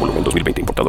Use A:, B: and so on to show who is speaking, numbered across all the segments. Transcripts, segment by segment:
A: volumen, 2020. Importado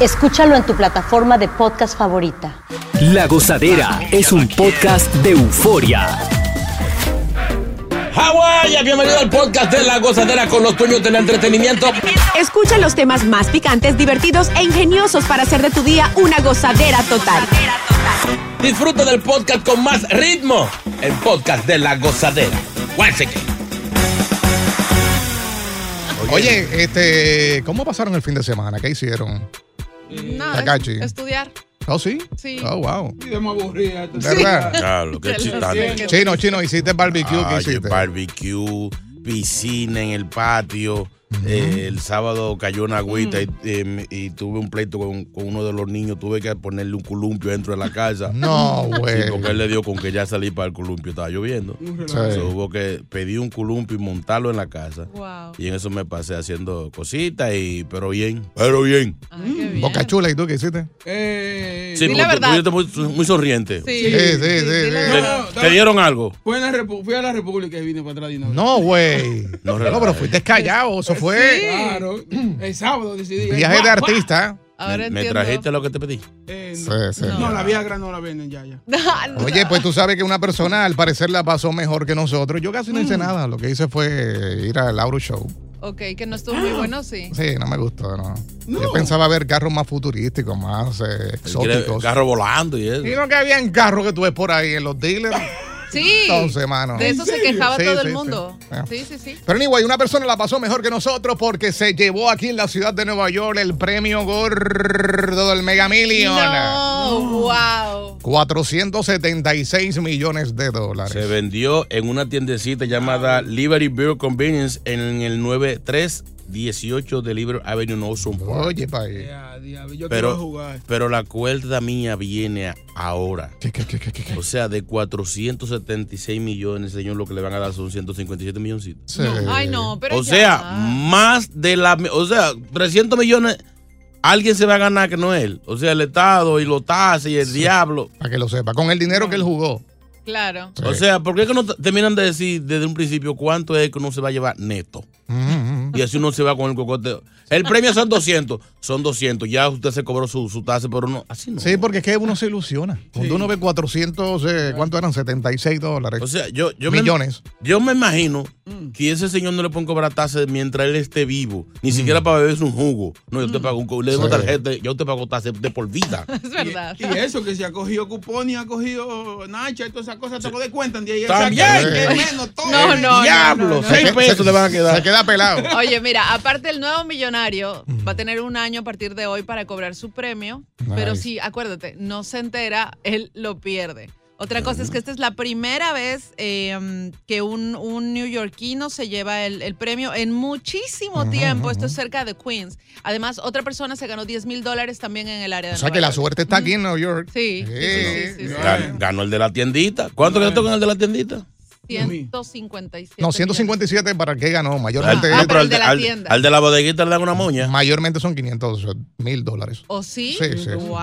B: Escúchalo en tu plataforma de podcast favorita.
C: La Gozadera es un podcast de euforia.
D: Hawái, bienvenido al podcast de La Gozadera con los dueños del entretenimiento.
E: Escucha los temas más picantes, divertidos e ingeniosos para hacer de tu día una gozadera total.
D: Disfruta del podcast con más ritmo. El podcast de La Gozadera. Guáchate.
F: Oye, este, ¿cómo pasaron el fin de semana? ¿Qué hicieron?
G: Nada,
F: Takashi.
G: es- estudiar.
F: ¿Oh, sí?
G: Sí.
F: Oh, wow.
G: Sí.
F: ¿Verdad?
H: Claro, qué
G: Te lo
H: chistán.
G: siento.
F: Chino, chino, hiciste barbecue, ¿qué
H: Ay,
F: hiciste?
H: Ah, barbecue, piscina en el patio. Eh, el sábado cayó una agüita
F: Mm.
H: y, em, y tuve un pleito con, con uno de los niños. Tuve que ponerle un columpio dentro de la casa.
F: No,
H: Sí,
F: güey.
H: porque él le dio con que ya salí para el columpio, estaba lloviendo.
F: Sí.
H: Entonces hubo que pedir un columpio y montarlo en la casa.
G: Wow.
H: Y en eso me pasé haciendo cositas, y pero bien. Pero bien.
G: Ay, Mm, qué bien.
F: Boca chula, ¿y tú qué hiciste?
H: Sí,
G: Di la
H: porque tú-
G: verdad.
H: tú fuiste muy, muy sonriente.
G: Sí,
F: Sí, sí, sí,
G: di
F: sí.
G: la
H: ¿Te,
G: verdad.
H: te dieron algo?
I: Fui a la República y vine para atrás de una vez.
F: No, güey. No,
H: No, relaja.
F: pero fuiste callado, eso fue
I: Claro, el sábado decidí.
F: viaje de artista.
G: Ahora
H: me, me
G: entiendo.
H: trajiste lo que te pedí?
I: Eh,
F: Sí,
I: no,
F: sí.
G: No.
I: No, la Viagra no la venden ya, ya.
F: Oye, pues tú sabes que una persona al parecer la pasó mejor que nosotros. Yo casi no
G: Mm.
F: hice nada. Lo que hice fue ir al Auro Show.
G: Ok, que no estuvo muy bueno, sí.
F: Sí, no me gustó, no. Yo pensaba ver carros más futurísticos, más eh,
H: Quiere-
F: exóticos.
H: Carro volando y eso.
F: Y no que había en carro que tú ves por ahí en los dealers.
G: Sí.
F: Entonces, mano.
G: De eso se quejaba
F: Sí,
G: todo
F: sí,
G: el mundo. Sí, sí, sí.
F: Pero anyway, una persona la pasó mejor que nosotros porque se llevó aquí en la ciudad de Nueva York el premio gordo del Mega Million.
G: No, wow.
F: 476 millones de
H: Se
F: dólares.
H: vendió en una tiendecita llamada Liberty Beer Convenience en el 9318 de Liberty Avenue Ocean Park.
F: Oye, país.
I: Ya, diablo, yo quiero
H: Pero,
I: jugar.
H: pero la cuerda mía viene a- ahora. O sea, de 476 millones, señor, lo que le van a dar son 157 milloncitos.
F: Sí.
G: Ay, no, pero.
H: O
G: ya.
H: sea, más de la... mi- O sea, 300 millones, alguien se va a ganar que no él. O sea, el Estado y los taxis y el diablo.
F: Para que lo sepa. Con el dinero que él jugó.
G: Claro.
F: Sí.
H: O sea, ¿por qué que no t- terminan de decir desde un principio cuánto es que uno se va a llevar neto?
F: Mm, mm.
H: Y así uno se va con el cocote. El premio son 200. Son 200. Ya usted se cobró su, su tasa, pero no. Así no.
F: Sí, porque es que uno se ilusiona. Cuando uno ve 400, eh, ¿cuánto eran? 76 dólares.
H: O sea, yo, yo,
F: millones.
H: Me, yo me imagino que ese señor no le pueden cobrar tasa mientras él esté vivo. Ni siquiera para beberse un jugo. No, yo te pago un co- Le debo
F: Sí.
H: tarjeta. Ya usted pagó tasa de por vida.
G: Es verdad.
I: Y eso, que se ha cogido cupón y ha cogido nacha y todas esas cosas, te lo descuentan. Y
H: También.
I: que menos todo.
G: No, no,
H: Diablo.
G: no, no, no.
H: Seis pesos le van a
F: Se
H: quedar.
F: queda pelado.
G: Oye, mira, aparte el nuevo millonario va a tener un año a partir de hoy para cobrar su premio, pero
F: Nice.
G: si, acuérdate, no se entera, él lo pierde. Otra cosa es que esta es la primera vez eh, mm, que un, un neoyorquino se lleva el, el premio en muchísimo tiempo. Esto es cerca de Queens. Además, otra persona se ganó 10 mil dólares también en el área de
F: O sea que
G: Nueva
F: la
G: York.
F: suerte está aquí en Nueva York.
G: Sí, sí, sí, sí, sí, sí.
H: Gan- Ganó el de la tiendita. ¿Cuánto quedó con el de la tiendita?
G: 157.
F: No, 157 para el que ganó. Mayormente.
H: Al,
G: Ah,
H: no, pero
G: pero
H: al
G: el de
H: de,
G: la
H: al-
G: tienda.
H: al de la bodeguita le dan una moña.
F: Mayormente son 500 mil dólares.
G: ¿O ¿Oh, sí?
F: Sí, sí, sí.
G: Wow.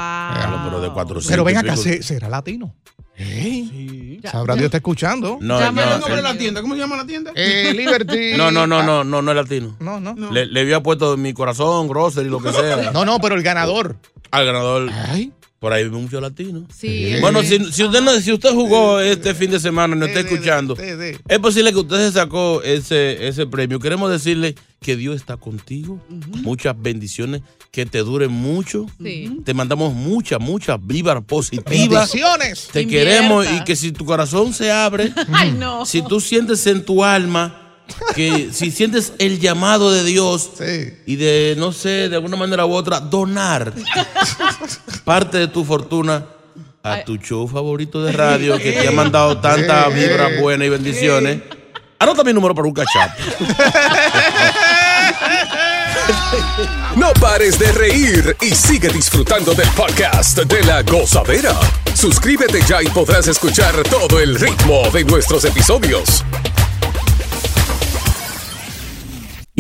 H: Pero de 400.
F: Pero ven acá,
H: y pico.
F: ¿se- ¿será latino? ¿Eh?
G: Ya-
F: Sabrá Dios está escuchando.
H: No,
I: Llama el
H: no,
I: nombre de
H: el-
I: la tienda. ¿Cómo se llama la tienda?
F: Eh, Liberty.
H: no, no, no, no, no, no es latino.
F: No, no. No,
H: Le, le había puesto mi corazón, grocery, lo que sea.
F: no, pero el ganador.
H: Al ganador,
F: Ay. Eh.
H: por ahí mucho latino.
G: Sí.
H: Bueno, si, si usted no, si usted jugó este fin de semana y no está
F: Eh, de- de-
H: escuchando,
F: de- de-
H: es posible que usted se sacó ese, ese premio. Queremos decirle que Dios está contigo. Muchas bendiciones, que te duren mucho.
G: Sí.
H: Te mandamos muchas, muchas vibras positivas.
F: Bendiciones.
H: Te
G: Invierta.
H: queremos y que si tu corazón se abre,
G: Ay, no.
H: si tú sientes en tu alma, que si sientes el llamado de Dios
F: Sí.
H: y de, no sé, de alguna manera u otra, donar parte de tu fortuna a tu show favorito de radio que te ha mandado tantas vibras buenas y bendiciones. Anota mi número para un cachap.
J: No pares de reír y sigue disfrutando del podcast de la gozadera. Suscríbete ya y podrás escuchar todo el ritmo de nuestros episodios.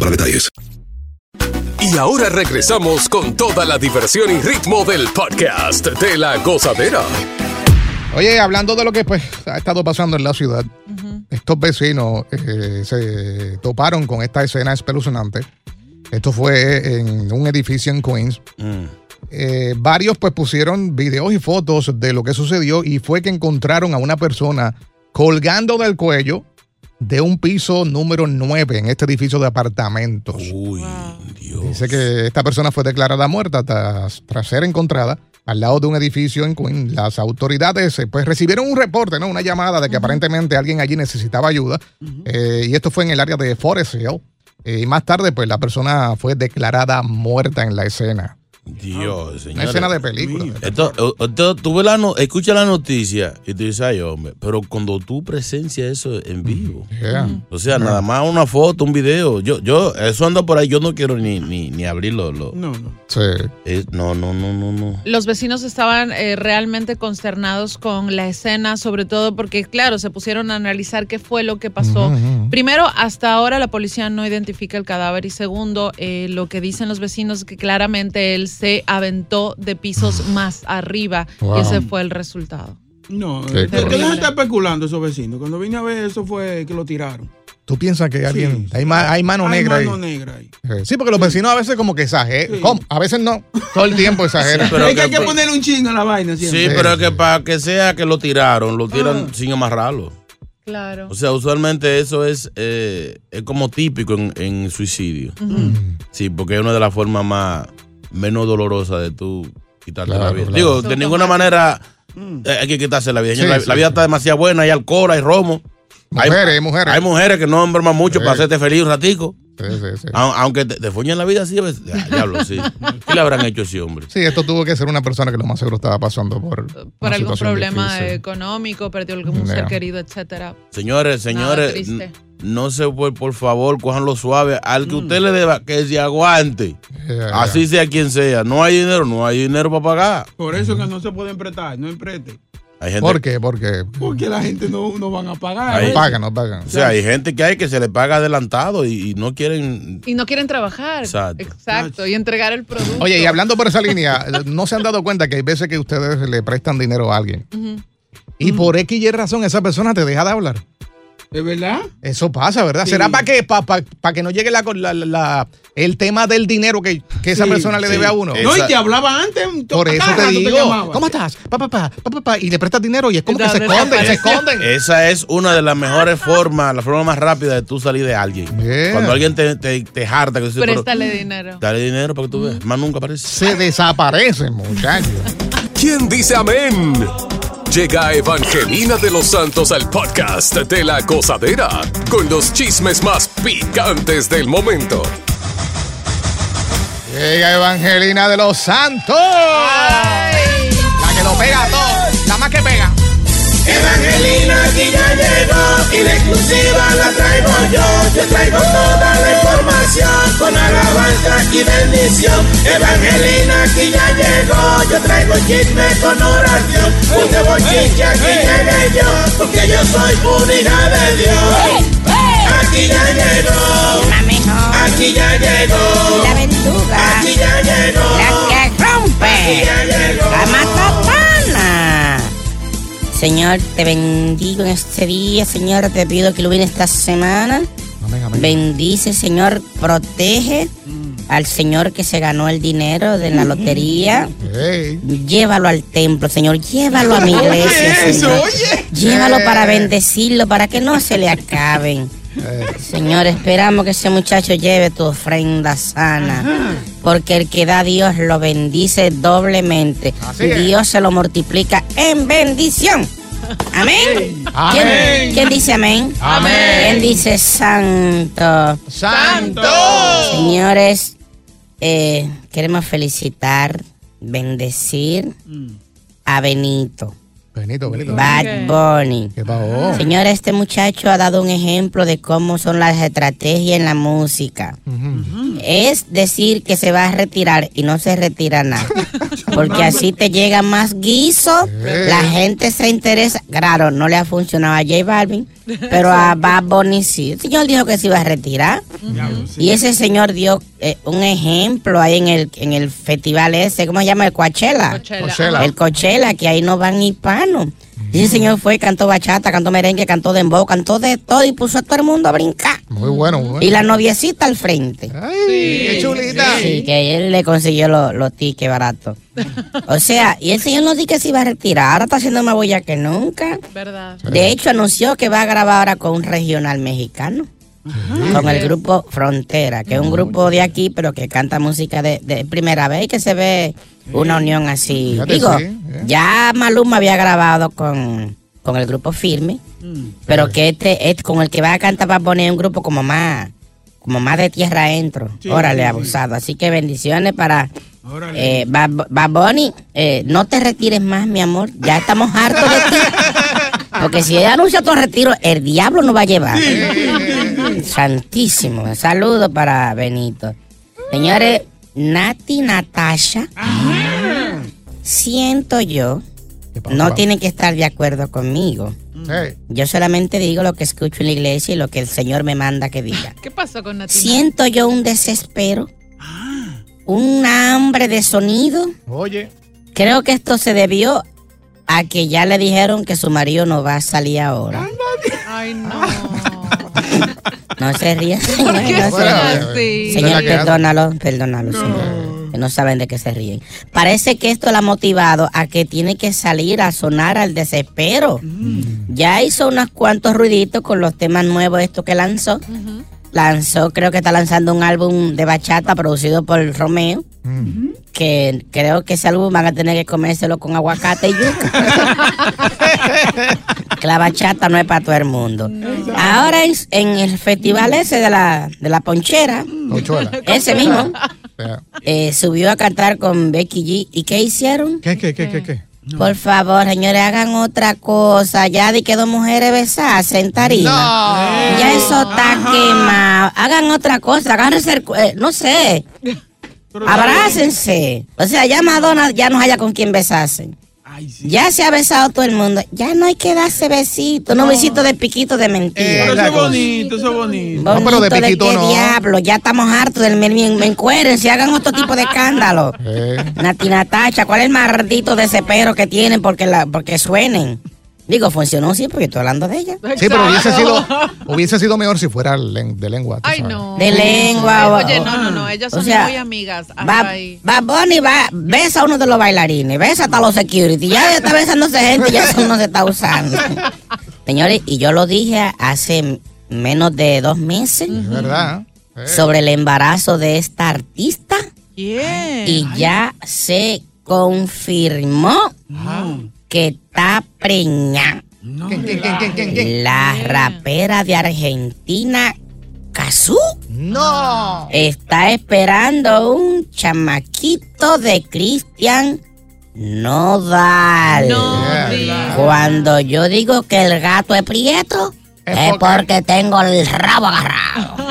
J: para detalles.
K: Y ahora regresamos con toda la diversión y ritmo del podcast de la gozadera.
F: Oye, hablando de lo que pues, ha estado pasando en la ciudad, estos vecinos eh, se toparon con esta escena espeluznante. Esto fue en un edificio en Queens. Eh, varios pues pusieron videos y fotos de lo que sucedió y fue que encontraron a una persona colgando del cuello de un piso número 9 en este edificio de apartamentos.
H: Uy, Dios.
F: Dice que esta persona fue declarada muerta tras, tras ser encontrada al lado de un edificio en Queens. Las autoridades eh, pues recibieron un reporte, ¿no? Una llamada de que aparentemente alguien allí necesitaba ayuda. Eh, y esto fue en el área de Forest Hill. Eh, y más tarde, pues la persona fue declarada muerta en la escena.
H: Dios, señor.
F: Una escena de película.
H: Esto, o- esto- tú ves la no- escuchas la noticia y tú dices, ay, hombre, pero cuando tú presencias eso en vivo,
F: Mm. Yeah.
H: o sea, nada más una foto, un video, yo, yo, eso anda por ahí, yo no quiero ni, ni, ni abrirlo. Lo,
I: No, no.
F: Sí.
H: eh, no, no, no, no, no.
G: Los vecinos estaban eh, realmente consternados con la escena, sobre todo porque, claro, se pusieron a analizar qué fue lo que pasó. Primero, hasta ahora la policía no identifica el cadáver y segundo, eh, lo que dicen los vecinos es que claramente él se aventó de pisos más arriba
F: Wow.
G: y ese fue el resultado.
I: No, eh,
F: Qué
I: ¿qué
F: terrible.
I: dejan estar especulando esos vecinos? Cuando vine a ver eso fue que lo tiraron.
F: ¿Tú piensas que alguien...
I: Sí.
F: Hay, ma- hay mano
I: Hay
F: negra
I: mano
F: ahí?
I: negra ahí.
F: Eh, Sí, porque los vecinos a veces como que exageran.
I: Sí.
F: ¿Cómo? A veces no. Todo el tiempo exageran.
H: Pero
I: es que hay
H: que-
I: que ponerle un chingo a la vaina siempre.
H: Sí, pero es que para que sea que lo tiraron, lo tiran
I: Ah.
H: sin amarrarlo.
G: Claro.
H: O sea, usualmente eso es, eh, es como típico en, en suicidio. Sí, porque es una de las formas más menos dolorosas de tú quitarte
F: Claro,
H: la vida.
F: claro.
H: Digo, de ninguna manera
G: Mm.
H: eh, hay que quitarse la vida.
F: Sí,
H: la, la
F: sí,
H: vida
F: sí.
H: está demasiado buena, hay alcohol, hay romo. Hay-
F: Mujeres, mujeres.
H: Hay mujeres que no embroman mucho
F: Sí.
H: para hacerte feliz un ratico.
F: Sí, sí, sí.
H: Au- Aunque te, te fuñen la vida, sí, a veces- ya, diablo, sí. ¿Qué le habrán hecho a ese hombre?
F: Sí, esto tuvo que ser una persona que lo más seguro estaba pasando por,
G: Por
F: una
G: algún
F: situación
G: problema
F: difícil.
G: económico, perdió algún
F: Yeah.
G: ser querido, etcétera.
H: Señores,
G: Nada
H: señores,
G: triste.
H: n- no se por, por favor, cójanlo suave. Al
G: Mm.
H: que usted le deba, que se aguante.
F: Yeah,
H: Así sea quien sea. No hay dinero, no hay dinero para pagar.
I: Por eso que no se pueden prestar, no empreten.
F: yeah.
H: Hay gente,
F: ¿Por qué? Porque
I: Porque la gente no, no van a pagar.
H: Ahí.
I: ¿eh?
F: pagan, no pagan.
H: o sea, hay gente que hay que se le paga adelantado y, y no quieren.
G: Y no quieren trabajar.
H: Exacto.
G: Exacto, Y entregar el producto.
F: Oye, y hablando por esa línea, ¿no se han dado cuenta que hay veces que ustedes le prestan dinero a alguien? Y por X y razón esa persona te deja de hablar.
I: ¿Es verdad?
F: Eso pasa, ¿verdad?
I: Sí.
F: ¿Será para que, para, que no llegue la, la- la- el tema del dinero que, que esa
I: Sí,
F: persona le
I: sí.
F: debe a uno?
I: No, y te hablaba antes.
F: Por eso
I: cada
F: te
I: rato
F: digo,
I: llamaba.
F: ¿cómo estás? Pa, pa, pa, pa, pa, pa, y le prestas dinero y es como que se
I: Dale,
F: esconden, se
I: desaparece.
F: esconden.
H: Esa es una de las mejores formas, la forma más rápida de tú salir de alguien. Cuando alguien te, te, te harta, que dice, pero
G: Préstale dinero.
H: dale dinero para que tú veas. Más nunca aparece.
F: Se desaparecen, muchachos.
L: ¿Quién dice amén? Llega Evangelina de los Santos al podcast de la gozadera con los chismes más picantes del momento.
F: Llega Evangelina de los Santos. La que lo pega todo. La más que pega.
M: Evangelina aquí ya llegó y la exclusiva la traigo yo. Yo traigo toda la información con alabanza y bendición. Evangelina aquí ya llegó, yo traigo chisme con oración. Un de bochinche aquí llegué yo, porque yo soy una hija de Dios. Aquí ya llegó, aquí ya llegó, la ventura, aquí ya llegó, la que rompe, aquí ya llegó, la matatana.
N: Señor, te bendigo en este día, Señor, te pido que ilumine esta semana. Bendice, Señor, protege
M: Mm.
N: al Señor que se ganó el dinero de la lotería. Llévalo al templo, Señor, llévalo a mi
M: Oye,
N: iglesia,
M: eso,
N: Señor.
M: oye.
N: Llévalo
M: Eh. Eh.
N: para bendecirlo, para que no se le acaben. Señor, esperamos que ese muchacho lleve tu ofrenda sana. Porque el que da Dios lo bendice doblemente.
M: Así es.
N: Dios se lo multiplica en bendición. Amén. ¿Quién,
M: Amén.
N: quién dice amén?
M: Amén.
N: ¿Quién dice santo?
F: Santo.
N: Señores, eh, queremos felicitar, bendecir a Benito.
F: Benito, Benito.
N: Bad Bunny.
F: ¿Qué pasó?
N: Señor, este muchacho ha dado un ejemplo de cómo son las estrategias en la música. Mm. Es decir que se va a retirar y no se retira nada. Porque así te llega más guiso, la gente se interesa. Claro, no le ha funcionado a J Balvin, pero a Bad Bunny sí. El señor dijo que se iba a retirar. Y ese señor dio eh, un ejemplo ahí en el, en el festival ese, ¿cómo se llama? El Coachella.
M: Coachella. Coachella.
N: El Coachella, que ahí no van hispanos. Y ese señor fue, cantó bachata, cantó merengue, cantó dembow, cantó de todo y puso a todo el mundo a brincar.
F: Muy bueno, muy bueno.
N: Y la noviecita al frente.
F: Qué chulita.
N: Sí, que él le consiguió los los tickets baratos. O sea, y el señor no dijo que se iba a retirar, ahora está haciendo más boya que nunca.
G: ¿Verdad?
N: De hecho, anunció que va a grabar ahora con un regional mexicano. Con el grupo Frontera, que es un grupo de aquí, pero que canta música de, de primera vez y que se ve una unión así.
M: Fíjate,
N: Digo,
M: sí, eh.
N: ya Maluma había grabado con, con el grupo Firme, pero que este, este con el que va a cantar va a poner un grupo como más, como más de tierra adentro.
M: Sí,
N: Órale,
M: sí,
N: abusado. Así que bendiciones para eh, Bad, Bad Bunny. Eh, no te retires más, mi amor. Ya estamos hartos de ti. Porque si ella anuncia tu retiro, el diablo no va a llevar. Santísimo. Saludos para Benito. Señores, Nati Natasha, siento yo, no tienen que estar de acuerdo conmigo.
F: Hey.
N: Yo solamente digo lo que escucho en la iglesia y lo que el Señor me manda que diga.
G: ¿Qué pasó con Natina?
N: Siento yo un desespero, un hambre de sonido.
F: Oye.
N: Creo que esto se debió a que ya le dijeron que su marido no va a salir ahora.
G: Ay, no.
N: No se ría.
G: ¿Por qué
N: No se
G: son
N: ría.
G: así?
N: Señor, perdónalo, perdónalo, señor. Que no saben de qué se ríen. Parece que esto la ha motivado a que tiene que salir a sonar al desespero. Ya hizo unos cuantos ruiditos con los temas nuevos estos que lanzó. Lanzó, creo que está lanzando un álbum de bachata producido por Romeo. Que creo que ese álbum van a tener que comérselo con aguacate y yuca. que la bachata no es para todo el mundo. Ahora en, en el festival ese de la, de la ponchera,
F: Ochuela.
N: ese mismo,
F: Vea.
N: eh, subió a cantar con Becky G. ¿Y qué hicieron?
F: ¿Qué, qué, qué, qué, qué?
N: Por favor, señores, hagan otra cosa. Ya di que dos mujeres besarse en tarima. Ya eso está quemado. Hagan otra cosa, agárrense, el cu- eh, no sé. Abrácense. O sea, ya Madonna ya no haya con quien besarse. Ya se ha besado todo el mundo. Ya no hay que darse besitos, no, besitos de piquito de
H: Eh,
N: mentira.
I: Pero eso es bonito, eso es bonito.
N: Bonito de qué diablo, ya estamos hartos del men, men- mencueren, si hagan otro tipo de escándalo.
F: Eh.
N: Nati Natacha, ¿cuál es el maldito desespero que tienen porque, la, porque suenen? Digo, funcionó sí, porque estoy hablando de ella.
F: Sí, pero hubiese sido, hubiese sido mejor si fuera len- de lengua. tú
G: Ay,
F: sabes.
G: no.
N: De lengua. o-
G: Oye, no, no, no. Ellas
N: o
G: son
N: sea,
G: muy amigas.
N: Va,
G: Ay.
N: va Bonnie, va, besa a uno de los bailarines, besa hasta los security. Ya está besándose gente, ya eso no se está usando. Señores, y yo lo dije hace menos de dos meses.
F: verdad.
N: Sobre el embarazo de esta artista.
G: Yeah.
N: Y ya se confirmó que está preñada.
F: ¿Quién, quién, quién, quién, quién, quién?
N: La rapera de Argentina, Kazú,
F: No.
N: está esperando un chamaquito de Cristian Nodal. Cuando yo digo que el gato es prieto, es, porque tengo el rabo agarrado.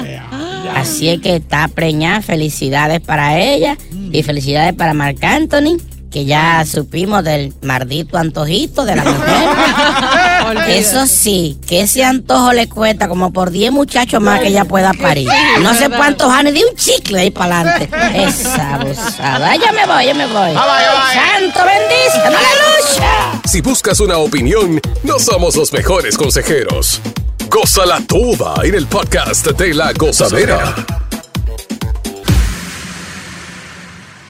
N: Así es que está preñada. Felicidades para ella y felicidades para Marc Anthony, que ya supimos del maldito antojito de la mujer. Eso sí, que ese antojo le cuesta como por 10 muchachos más que ella pueda parir.
G: Sí,
N: No se
G: verdad.
N: puede antojar ni de un chicle ahí para adelante. Esa abusada. Ay, Ya me voy, ya me voy. Santo bendice, aleluya.
L: Si buscas una opinión, no somos los mejores consejeros. Goza la tuba en el podcast de la gozadera.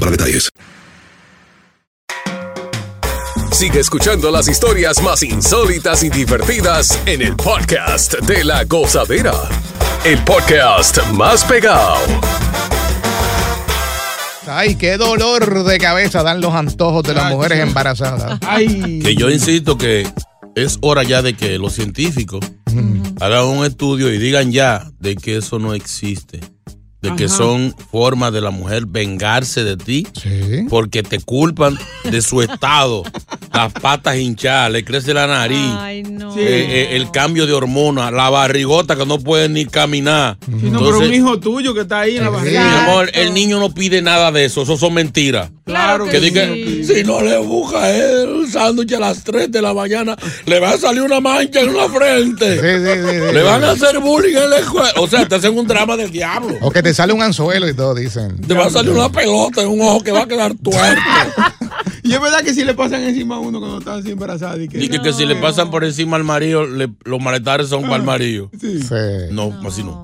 J: para detalles.
L: Sigue escuchando las historias más insólitas y divertidas en el podcast de la gozadera. El podcast más pegado.
F: Ay, qué dolor de cabeza dan los antojos de las mujeres embarazadas.
I: Ay.
H: Que yo insisto que es hora ya de que los científicos hagan un estudio y digan ya de que eso no existe. De que
I: Ajá.
H: son formas de la mujer vengarse de ti porque te culpan de su estado. Las patas hinchadas, le crece la nariz,
I: Sí.
H: eh, eh, el cambio de hormonas, la barrigota que no puede ni caminar.
I: Sí, no, pero
H: Entonces,
I: un hijo tuyo que está ahí en la
H: mi
I: barriga.
H: amor, el niño no pide nada de eso, eso son mentiras.
I: Claro
H: que diga, si no le busca él un sándwich a las 3 de la mañana, le va a salir una mancha en la frente. le van a hacer bullying en la escuela. O sea, te hacen un drama del diablo.
F: O que te sale un anzuelo y todo, dicen.
H: Te va a salir una pelota en un ojo que va a quedar tuerto.
I: Y es verdad que sí le pasan encima a uno cuando está así embarazada. Y que,
H: Dice que si le pasan por encima al marido, le- los maletares son para el marido. No, así no.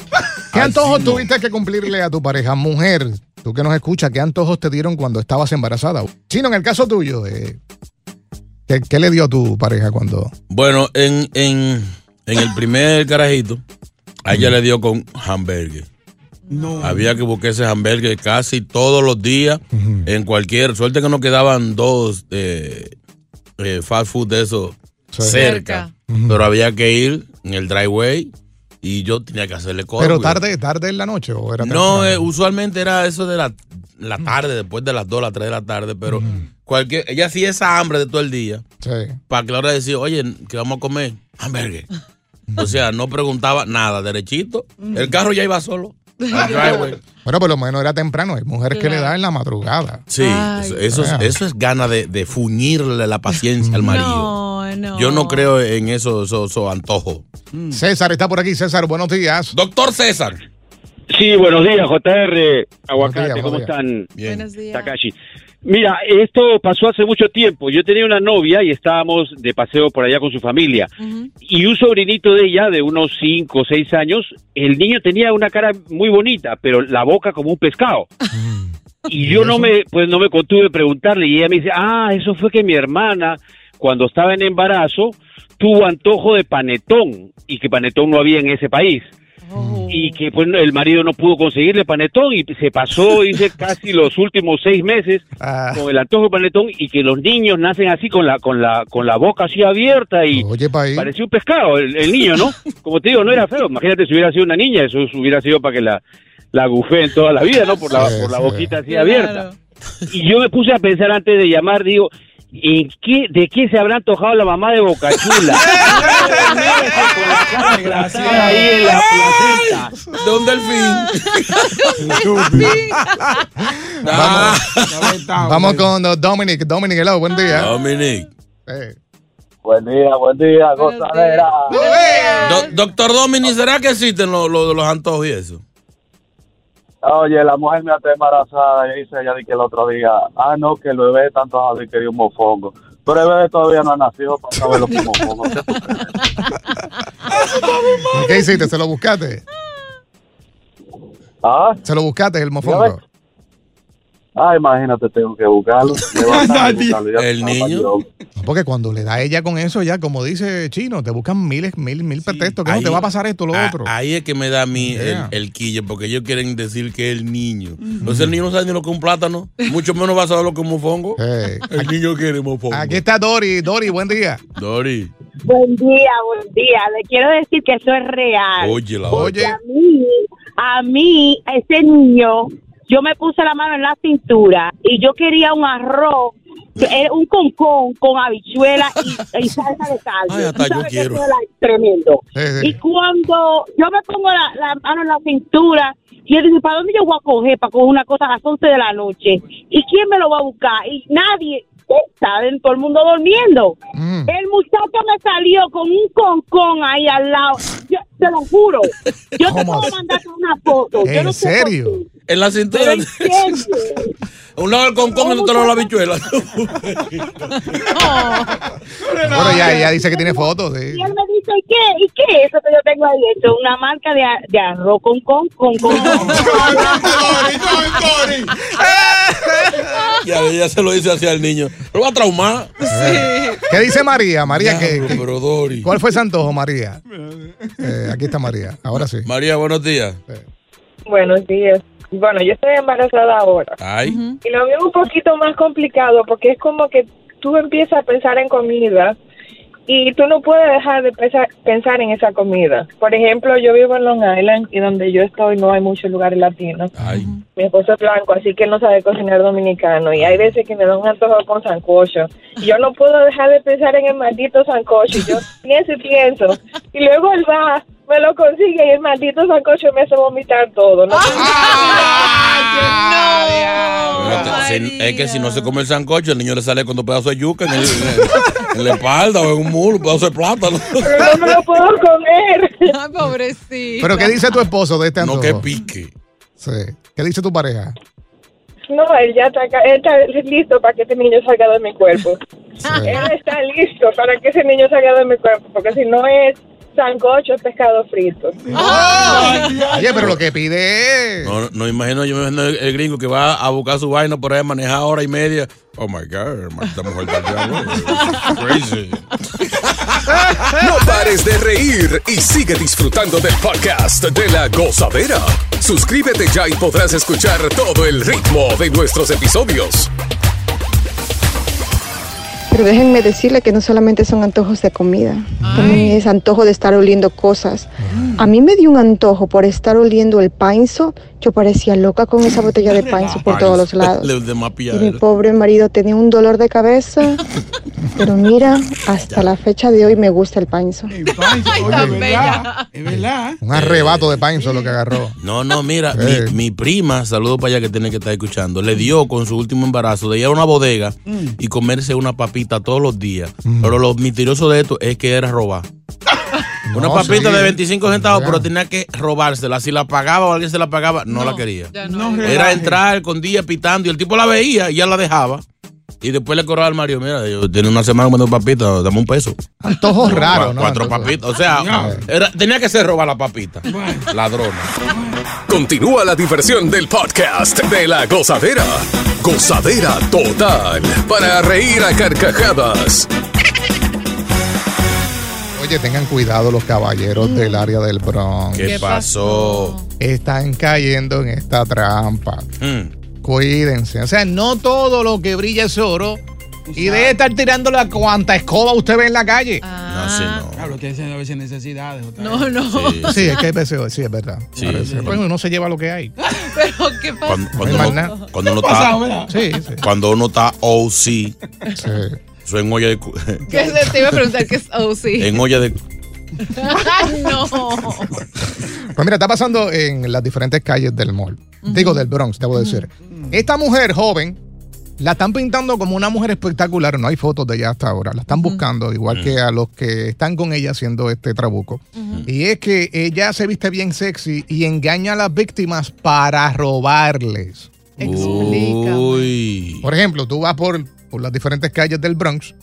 F: ¿Qué antojos tuviste que cumplirle a tu pareja? Mujer, tú que nos escuchas, ¿qué antojos te dieron cuando estabas embarazada? Chino, en el caso tuyo, eh, ¿qué, qué le dio a tu pareja cuando...?
H: Bueno, en, en, en el primer carajito, a ella le dio con hamburgues.
I: No.
H: Había que buscar ese hamburgues casi todos los días, en cualquier. Suerte que nos quedaban dos eh, eh, fast food de esos cerca. Pero había que ir en el driveway y yo tenía que hacerle cosas.
F: Pero tarde, tarde en la noche o era
H: No,
F: temprano?
H: eh, usualmente era eso de la, la tarde, después de las 2, las 3 de la tarde, pero cualquier, ella hacía esa hambre de todo el día
F: Sí.
H: para que la hora de decir, oye, ¿qué vamos a comer? Hamburgues. O sea, no preguntaba nada, derechito. El carro ya iba solo. al driveway.
F: Bueno, por lo menos era temprano. Hay mujeres que le dan en la madrugada.
H: Sí, eso, eso es,
F: Ah.
H: eso es gana de, de fuñirle la paciencia al marido.
G: No, no.
H: Yo no creo en eso, eso, eso antojo.
I: Mm.
F: César está por aquí. César, buenos días.
H: Doctor César.
O: Sí, buenos días, JR. Aguacate,
F: días, buenos
O: ¿cómo
F: días.
O: están?
H: Buenos
G: días.
O: Takashi. Mira, esto pasó hace mucho tiempo. Yo tenía una novia y estábamos de paseo por allá con su familia. Y un sobrinito de ella, de unos 5 o 6 años, el niño tenía una cara muy bonita, pero la boca como un pescado. Y yo no me, pues no me contuve de preguntarle y ella me dice, ah, eso fue que mi hermana cuando estaba en embarazo, tuvo antojo de panetón y que panetón no había en ese país. Y que pues el marido no pudo conseguirle panetón y se pasó, dice, casi los últimos seis meses con el antojo de panetón y que los niños nacen así con la con la con la boca así abierta y parecía un pescado el, el niño, ¿no? Como te digo, no era feo. Imagínate si hubiera sido una niña, eso hubiera sido para que la la en toda la vida, ¿no? Por la, por la boquita así abierta. Y yo me puse a pensar antes de llamar, digo, ¿en qué, ¿de qué se habrá antojado la mamá de Bocachula? ahí en la placenta.
H: De un delfín. Ah.
F: Vamos, vamos con uh, Dominic. Dominic, hello, buen día.
H: Dominic.
P: Buen día, buen día, gozadera.
H: Do- Doctor Domini, ¿será que existen lo- lo de los antojos y eso?
P: Oye, la mujer me está embarazada y dice ella de que el otro día, ah, no, que el bebé tanto así que dio un mofongo. Pero el bebé todavía no ha nacido para saber lo que es mofongo.
F: ¿Qué hiciste? ¿Se lo buscaste?
P: ¿Ah?
F: ¿Se lo buscaste el mofongo?
P: Ah, imagínate, tengo que buscarlo.
H: el niño.
F: Porque cuando le da a ella con eso, ya como dice Chino, te buscan miles, mil, mil pretextos. Que no
H: ahí-
F: te va a pasar esto, lo
H: Ah,
F: otro.
H: Ahí es que me da a mí el-
F: Yeah.
H: el, quille, porque ellos quieren decir que el niño. Entonces el niño no sabe ni lo que es un plátano, mucho menos va a saber lo que es un mofongo. El niño quiere mofongo.
F: Aquí está Dori. Dori, buen día.
H: Dori,
Q: Buen día, buen día. Le quiero decir que eso es real.
H: oye la
Q: Porque A mí, a mí, a ese niño, yo me puse la mano en la cintura y yo quería un arroz, que era un concón con habichuela y, y salsa de caldo.
H: Ay, hasta yo
Q: Tú sabes que
H: quiero.
Q: eso era tremendo.
H: Sí, sí.
Q: Y cuando yo me pongo la, la mano en la cintura, y yo dije, ¿para dónde yo voy a coger? Para coger una cosa a las 11 de la noche. ¿Y quién me lo va a buscar? Y nadie. Está en todo el mundo durmiendo.
F: Mm.
Q: El muchacho me salió con un concón ahí al lado. Yo, te lo juro. Yo te puedo mandar una foto. Yo no sé por
H: en la cintura. A un lado el concón y otro lado la bichuela.
F: Bueno, ya, ya dice que tiene fotos. sí.
Q: Y él me dice, ¿y qué? ¿Y qué es eso que yo tengo ahí? Esto es una marca de, a- de arroz con con con con.
H: Ya, ya se lo dice hacia el niño. Lo va a traumar.
F: ¿Qué dice María? María, ¿qué, qué-
H: Pero Dori.
F: cuál fue Santojo, María? Eh, aquí está María. Ahora sí.
H: María, buenos días.
R: Buenos días. Bueno, yo estoy embarazada ahora.
H: Ay.
R: Y lo veo un poquito más complicado porque es como que tú empiezas a pensar en comida y tú no puedes dejar de pensar, pensar en esa comida. Por ejemplo, yo vivo en Long Island y donde yo estoy no hay muchos lugares latinos. Mi esposo es blanco, así que él no sabe cocinar dominicano y hay veces que me da un antojo con sancocho. Y yo no puedo dejar de pensar en el maldito sancocho. Yo pienso y pienso. Y luego él va, me lo consigue y el maldito sancocho me hace vomitar todo. No
H: No te- si- es que si no se come el sancocho, el niño le sale con dos pedazos de yuca en, el- en el- en la espalda o en un muro, un pedazo de plátano.
R: Pero no me lo puedo comer.
G: Ay, pobrecito.
F: ¿Pero qué dice tu esposo de este antojo?
H: que pique.
F: Sí. ¿Qué dice tu pareja?
R: No, él ya está, acá- él está listo para que este niño salga de mi cuerpo. Él está listo para que ese niño salga de mi cuerpo, porque si no es sancocho, es pescado frito.
H: Ah.
F: Oye, pero lo que pide es...
H: No, no, no imagino, yo me imagino el, el gringo que va a buscar su vaina por ahí, maneja hora y media. Oh my God, hermano, esta mujer está allá, güey. Crazy.
L: No pares de reír y sigue disfrutando del podcast de la gozadera. Suscríbete ya y podrás escuchar todo el ritmo de nuestros episodios.
S: Pero déjenme decirle que no solamente son antojos de comida, también es antojo de estar oliendo cosas. A mí me dio un antojo por estar oliendo el painzo. Yo parecía loca con esa botella de painzo por todos los lados.
H: Le- de mapia
S: Y mi pobre marido tenía un dolor de cabeza. Pero mira, hasta la fecha de hoy me gusta el painzo.
I: Es verdad.
F: Un arrebato de Painson lo que agarró.
H: No, no, mira, mi, mi prima, saludo para allá que tiene que estar escuchando, le dio con su último embarazo de ir a una bodega y comerse una papita todos los días.
I: Mm.
H: Pero lo misterioso de esto es que era robar. Una
I: No,
H: papita
I: sí.
H: de 25 centavos, pero tenía que robársela. Si la pagaba o alguien se la pagaba, no, la quería.
I: No,
H: Era entrar, escondía, pitando, y el tipo la veía y ya la dejaba. Y después le cobraba al Mario, mira, yo tenía una semana comiendo papitas, dame un peso.
F: Antojos
H: raros, ¿no? Cuatro papitas, o sea, era- tenía que ser robar la papita. Ladrona.
L: Continúa la diversión del podcast de la gozadera. Gozadera total para reír a carcajadas.
F: Oye, tengan cuidado los caballeros del área del Bronx.
H: ¿Qué
F: Oh,
H: pasó?
F: Están cayendo en esta trampa. Cuídense. O sea, no todo lo que brilla es oro. Y debe estar tirándole a cuanta escoba usted ve en la calle.
H: No, sí, no.
I: Claro, que a veces necesidades. otra
G: No,
I: vez.
G: no.
F: Ah. Sí, es que hay veces, sí, es verdad.
H: Sí,
F: Parece.
H: sí.
F: Pues uno se lleva lo que hay.
G: Pero qué pasa.
H: Cuando,
F: No
H: cuando
F: hay más
H: uno,
F: nada.
H: cuando uno
F: ¿Qué
H: está,
F: pasaba, verdad? Sí, sí.
H: cuando uno está OC, eso en olla de, cu-
G: ¿Qué es? Te iba a preguntar qué es OC.
H: en olla de
G: Ay, no.
F: Pues mira, está pasando en las diferentes calles del mall. Digo, del Bronx, debo decir. Esta mujer joven la están pintando como una mujer espectacular. No hay fotos de ella hasta ahora. La están buscando, igual que a los que están con ella haciendo este trabuco. Y es que ella se viste bien sexy y engaña a las víctimas para robarles. Por ejemplo, tú vas por, por las diferentes calles del Bronx,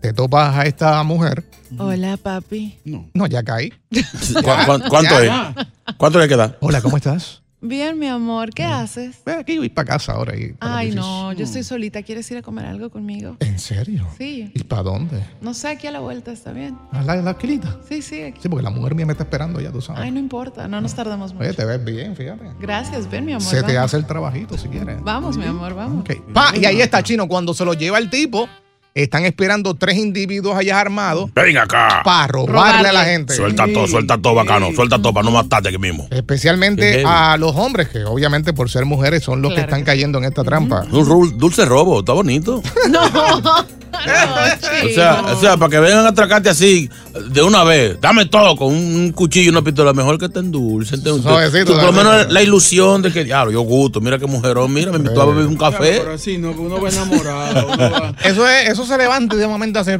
F: te topas a esta mujer.
G: Hola, papi.
F: No, ya caí.
H: ¿Cu- cu- ¿Cuánto
F: Ya.
H: es? ¿Cuánto le queda?
F: Hola, ¿cómo estás?
G: Bien, mi amor, ¿qué haces?
F: Ve aquí, voy para casa ahora. y-
G: Ay, no, yo estoy solita. ¿Quieres ir a comer algo conmigo?
F: ¿En serio?
G: Sí.
F: ¿Y para dónde?
G: No sé, aquí a la vuelta, ¿está bien?
F: ¿A la, a la esquilita?
G: Sí, sí, aquí.
F: Sí, porque la mujer mía me está esperando ya, tú sabes.
G: Ay, no importa, no nos tardamos mucho.
F: Ah. Oye, te ves bien, fíjate.
G: Gracias, ven, mi amor.
F: Se te
G: vamos.
F: hace el trabajito si quieres.
G: Vamos, mi amor, vamos.
F: Ok. Pa, y ahí está Chino. Cuando se lo lleva el tipo, están esperando tres individuos allá armados
H: Ven acá.
F: para robarle a la gente.
H: Suelta todo, suelta todo, bacano. Suelta todo para no matarte aquí mismo. Qué
F: Especialmente
H: heavy.
F: a los hombres, que obviamente por ser mujeres son los que están cayendo en esta trampa.
H: Un ru- dulce robo, está bonito.
G: No, no,
H: O sea, o sea, para que vengan a atracarte así de una vez, dame todo con un, un cuchillo y una pistola. Mejor que te endulcen. te- te-
I: Suavecito,
H: tú, por lo
I: suavecito.
H: menos la ilusión de que, diablo, yo gusto, mira qué mujerón, mira, me invitó a beber un café.
I: Pero así, no, que uno va enamorado.
F: Eso, es, eso se levanta y de momento hace.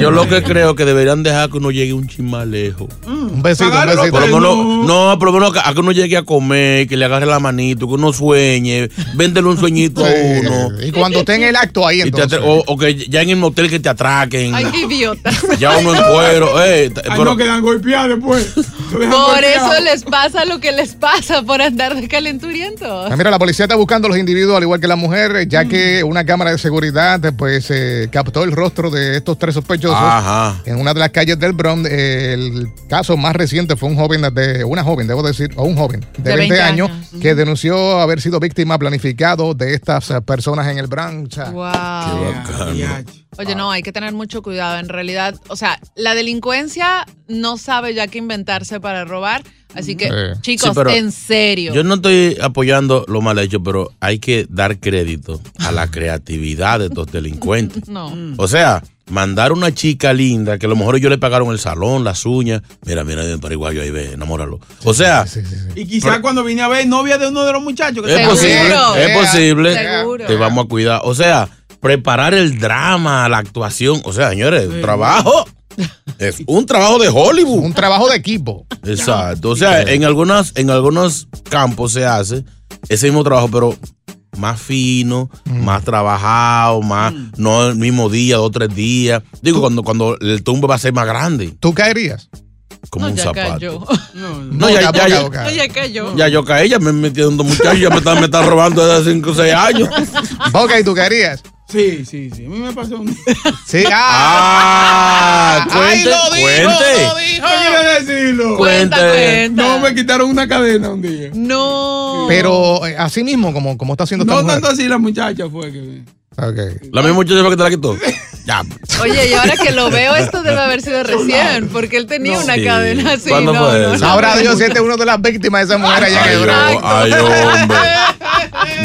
H: Yo lo que creo que deberían dejar que uno llegue un chin más lejos.
F: Un besito, un
H: Por
F: besito.
H: lo menos, no, por lo menos a que uno llegue a comer, que le agarre la manito, que uno sueñe, véndele un sueñito a uno.
F: Y cuando esté en el acto ahí,
H: Y te
F: entonces.
H: atra- o, o que ya en el motel que te atraquen,
G: Ay, qué idiota.
H: ya uno en cuero. eh, t- pero-
I: quedan golpeados después.
G: Por eso les pasa lo que les pasa por andar de calenturientos.
F: Ah, Mira, la policía está buscando a los individuos, al igual que la mujer, eh,
I: Mm.
F: ya que una cámara de seguridad pues, eh, captó el rostro de estos tres sospechosos
H: Ajá.
F: en una de las calles del Bronx. Eh, el caso más reciente fue un joven de una joven, debo decir, o un joven de, 20, años, que
I: Mm.
F: denunció haber sido víctima planificado de estas eh, personas en el Bronx. Ah.
G: Wow. Oye, no, hay que tener mucho cuidado. En realidad, o sea, la delincuencia no sabe ya qué inventarse para robar. Así que,
H: Sí.
G: chicos,
H: Sí, pero
G: en serio.
H: Yo no estoy apoyando lo mal hecho, pero hay que dar crédito a la creatividad de estos delincuentes.
G: No.
H: O sea, mandar una chica linda, que a lo mejor ellos le pagaron el salón, las uñas. Mira, mira, el paraguayo ahí ve, enamóralo. O sea,
I: Y quizás cuando vine a ver novia de uno de los muchachos. que
H: es
I: estaba-
H: posible, es posible.
I: Seguro.
H: Te vamos a cuidar. O sea, preparar el drama, la actuación. O sea, señores, un trabajo. Es un trabajo de Hollywood.
F: Un trabajo de equipo.
H: Exacto. O sea, en algunas, en algunos campos se hace ese mismo trabajo, pero más fino,
F: Mm.
H: más trabajado, más, no el mismo día, dos, tres días. Digo, cuando, cuando el tumbo va a ser más grande,
F: ¿Tú caerías?
H: como un
G: ya
H: zapato.
G: cayó.
H: No, ya, ya, ya,
G: No, ya cayó.
H: ya yo caí, ya me metí en dos muchachos, ya me están, me están robando desde hace cinco o seis años.
F: Boca, ¿y tú caerías?
I: Sí, sí, sí. A mí me pasó un.
F: Sí,
H: ah,
I: cuente,
H: cuente.
I: No quiero decirlo.
H: Cuente.
G: cuenta.
I: No, me quitaron una cadena un día.
G: No.
F: Pero eh, así mismo, como, como está haciendo esta
I: No
F: mujer.
I: tanto así la muchacha fue que.
F: Ok.
H: Ah. La misma muchacha fue que te la quitó. Ya.
G: Oye, y ahora que lo veo, esto debe haber sido recién, porque él tenía una
H: Sí.
G: cadena así.
H: ¿Cuándo
G: no,
H: fue
G: no,
H: eso?
G: no.
F: Ahora Dios siente uno de las víctimas de esa mujer allá en el Bronx.
H: Ay, ay,
M: 哎
H: hombre.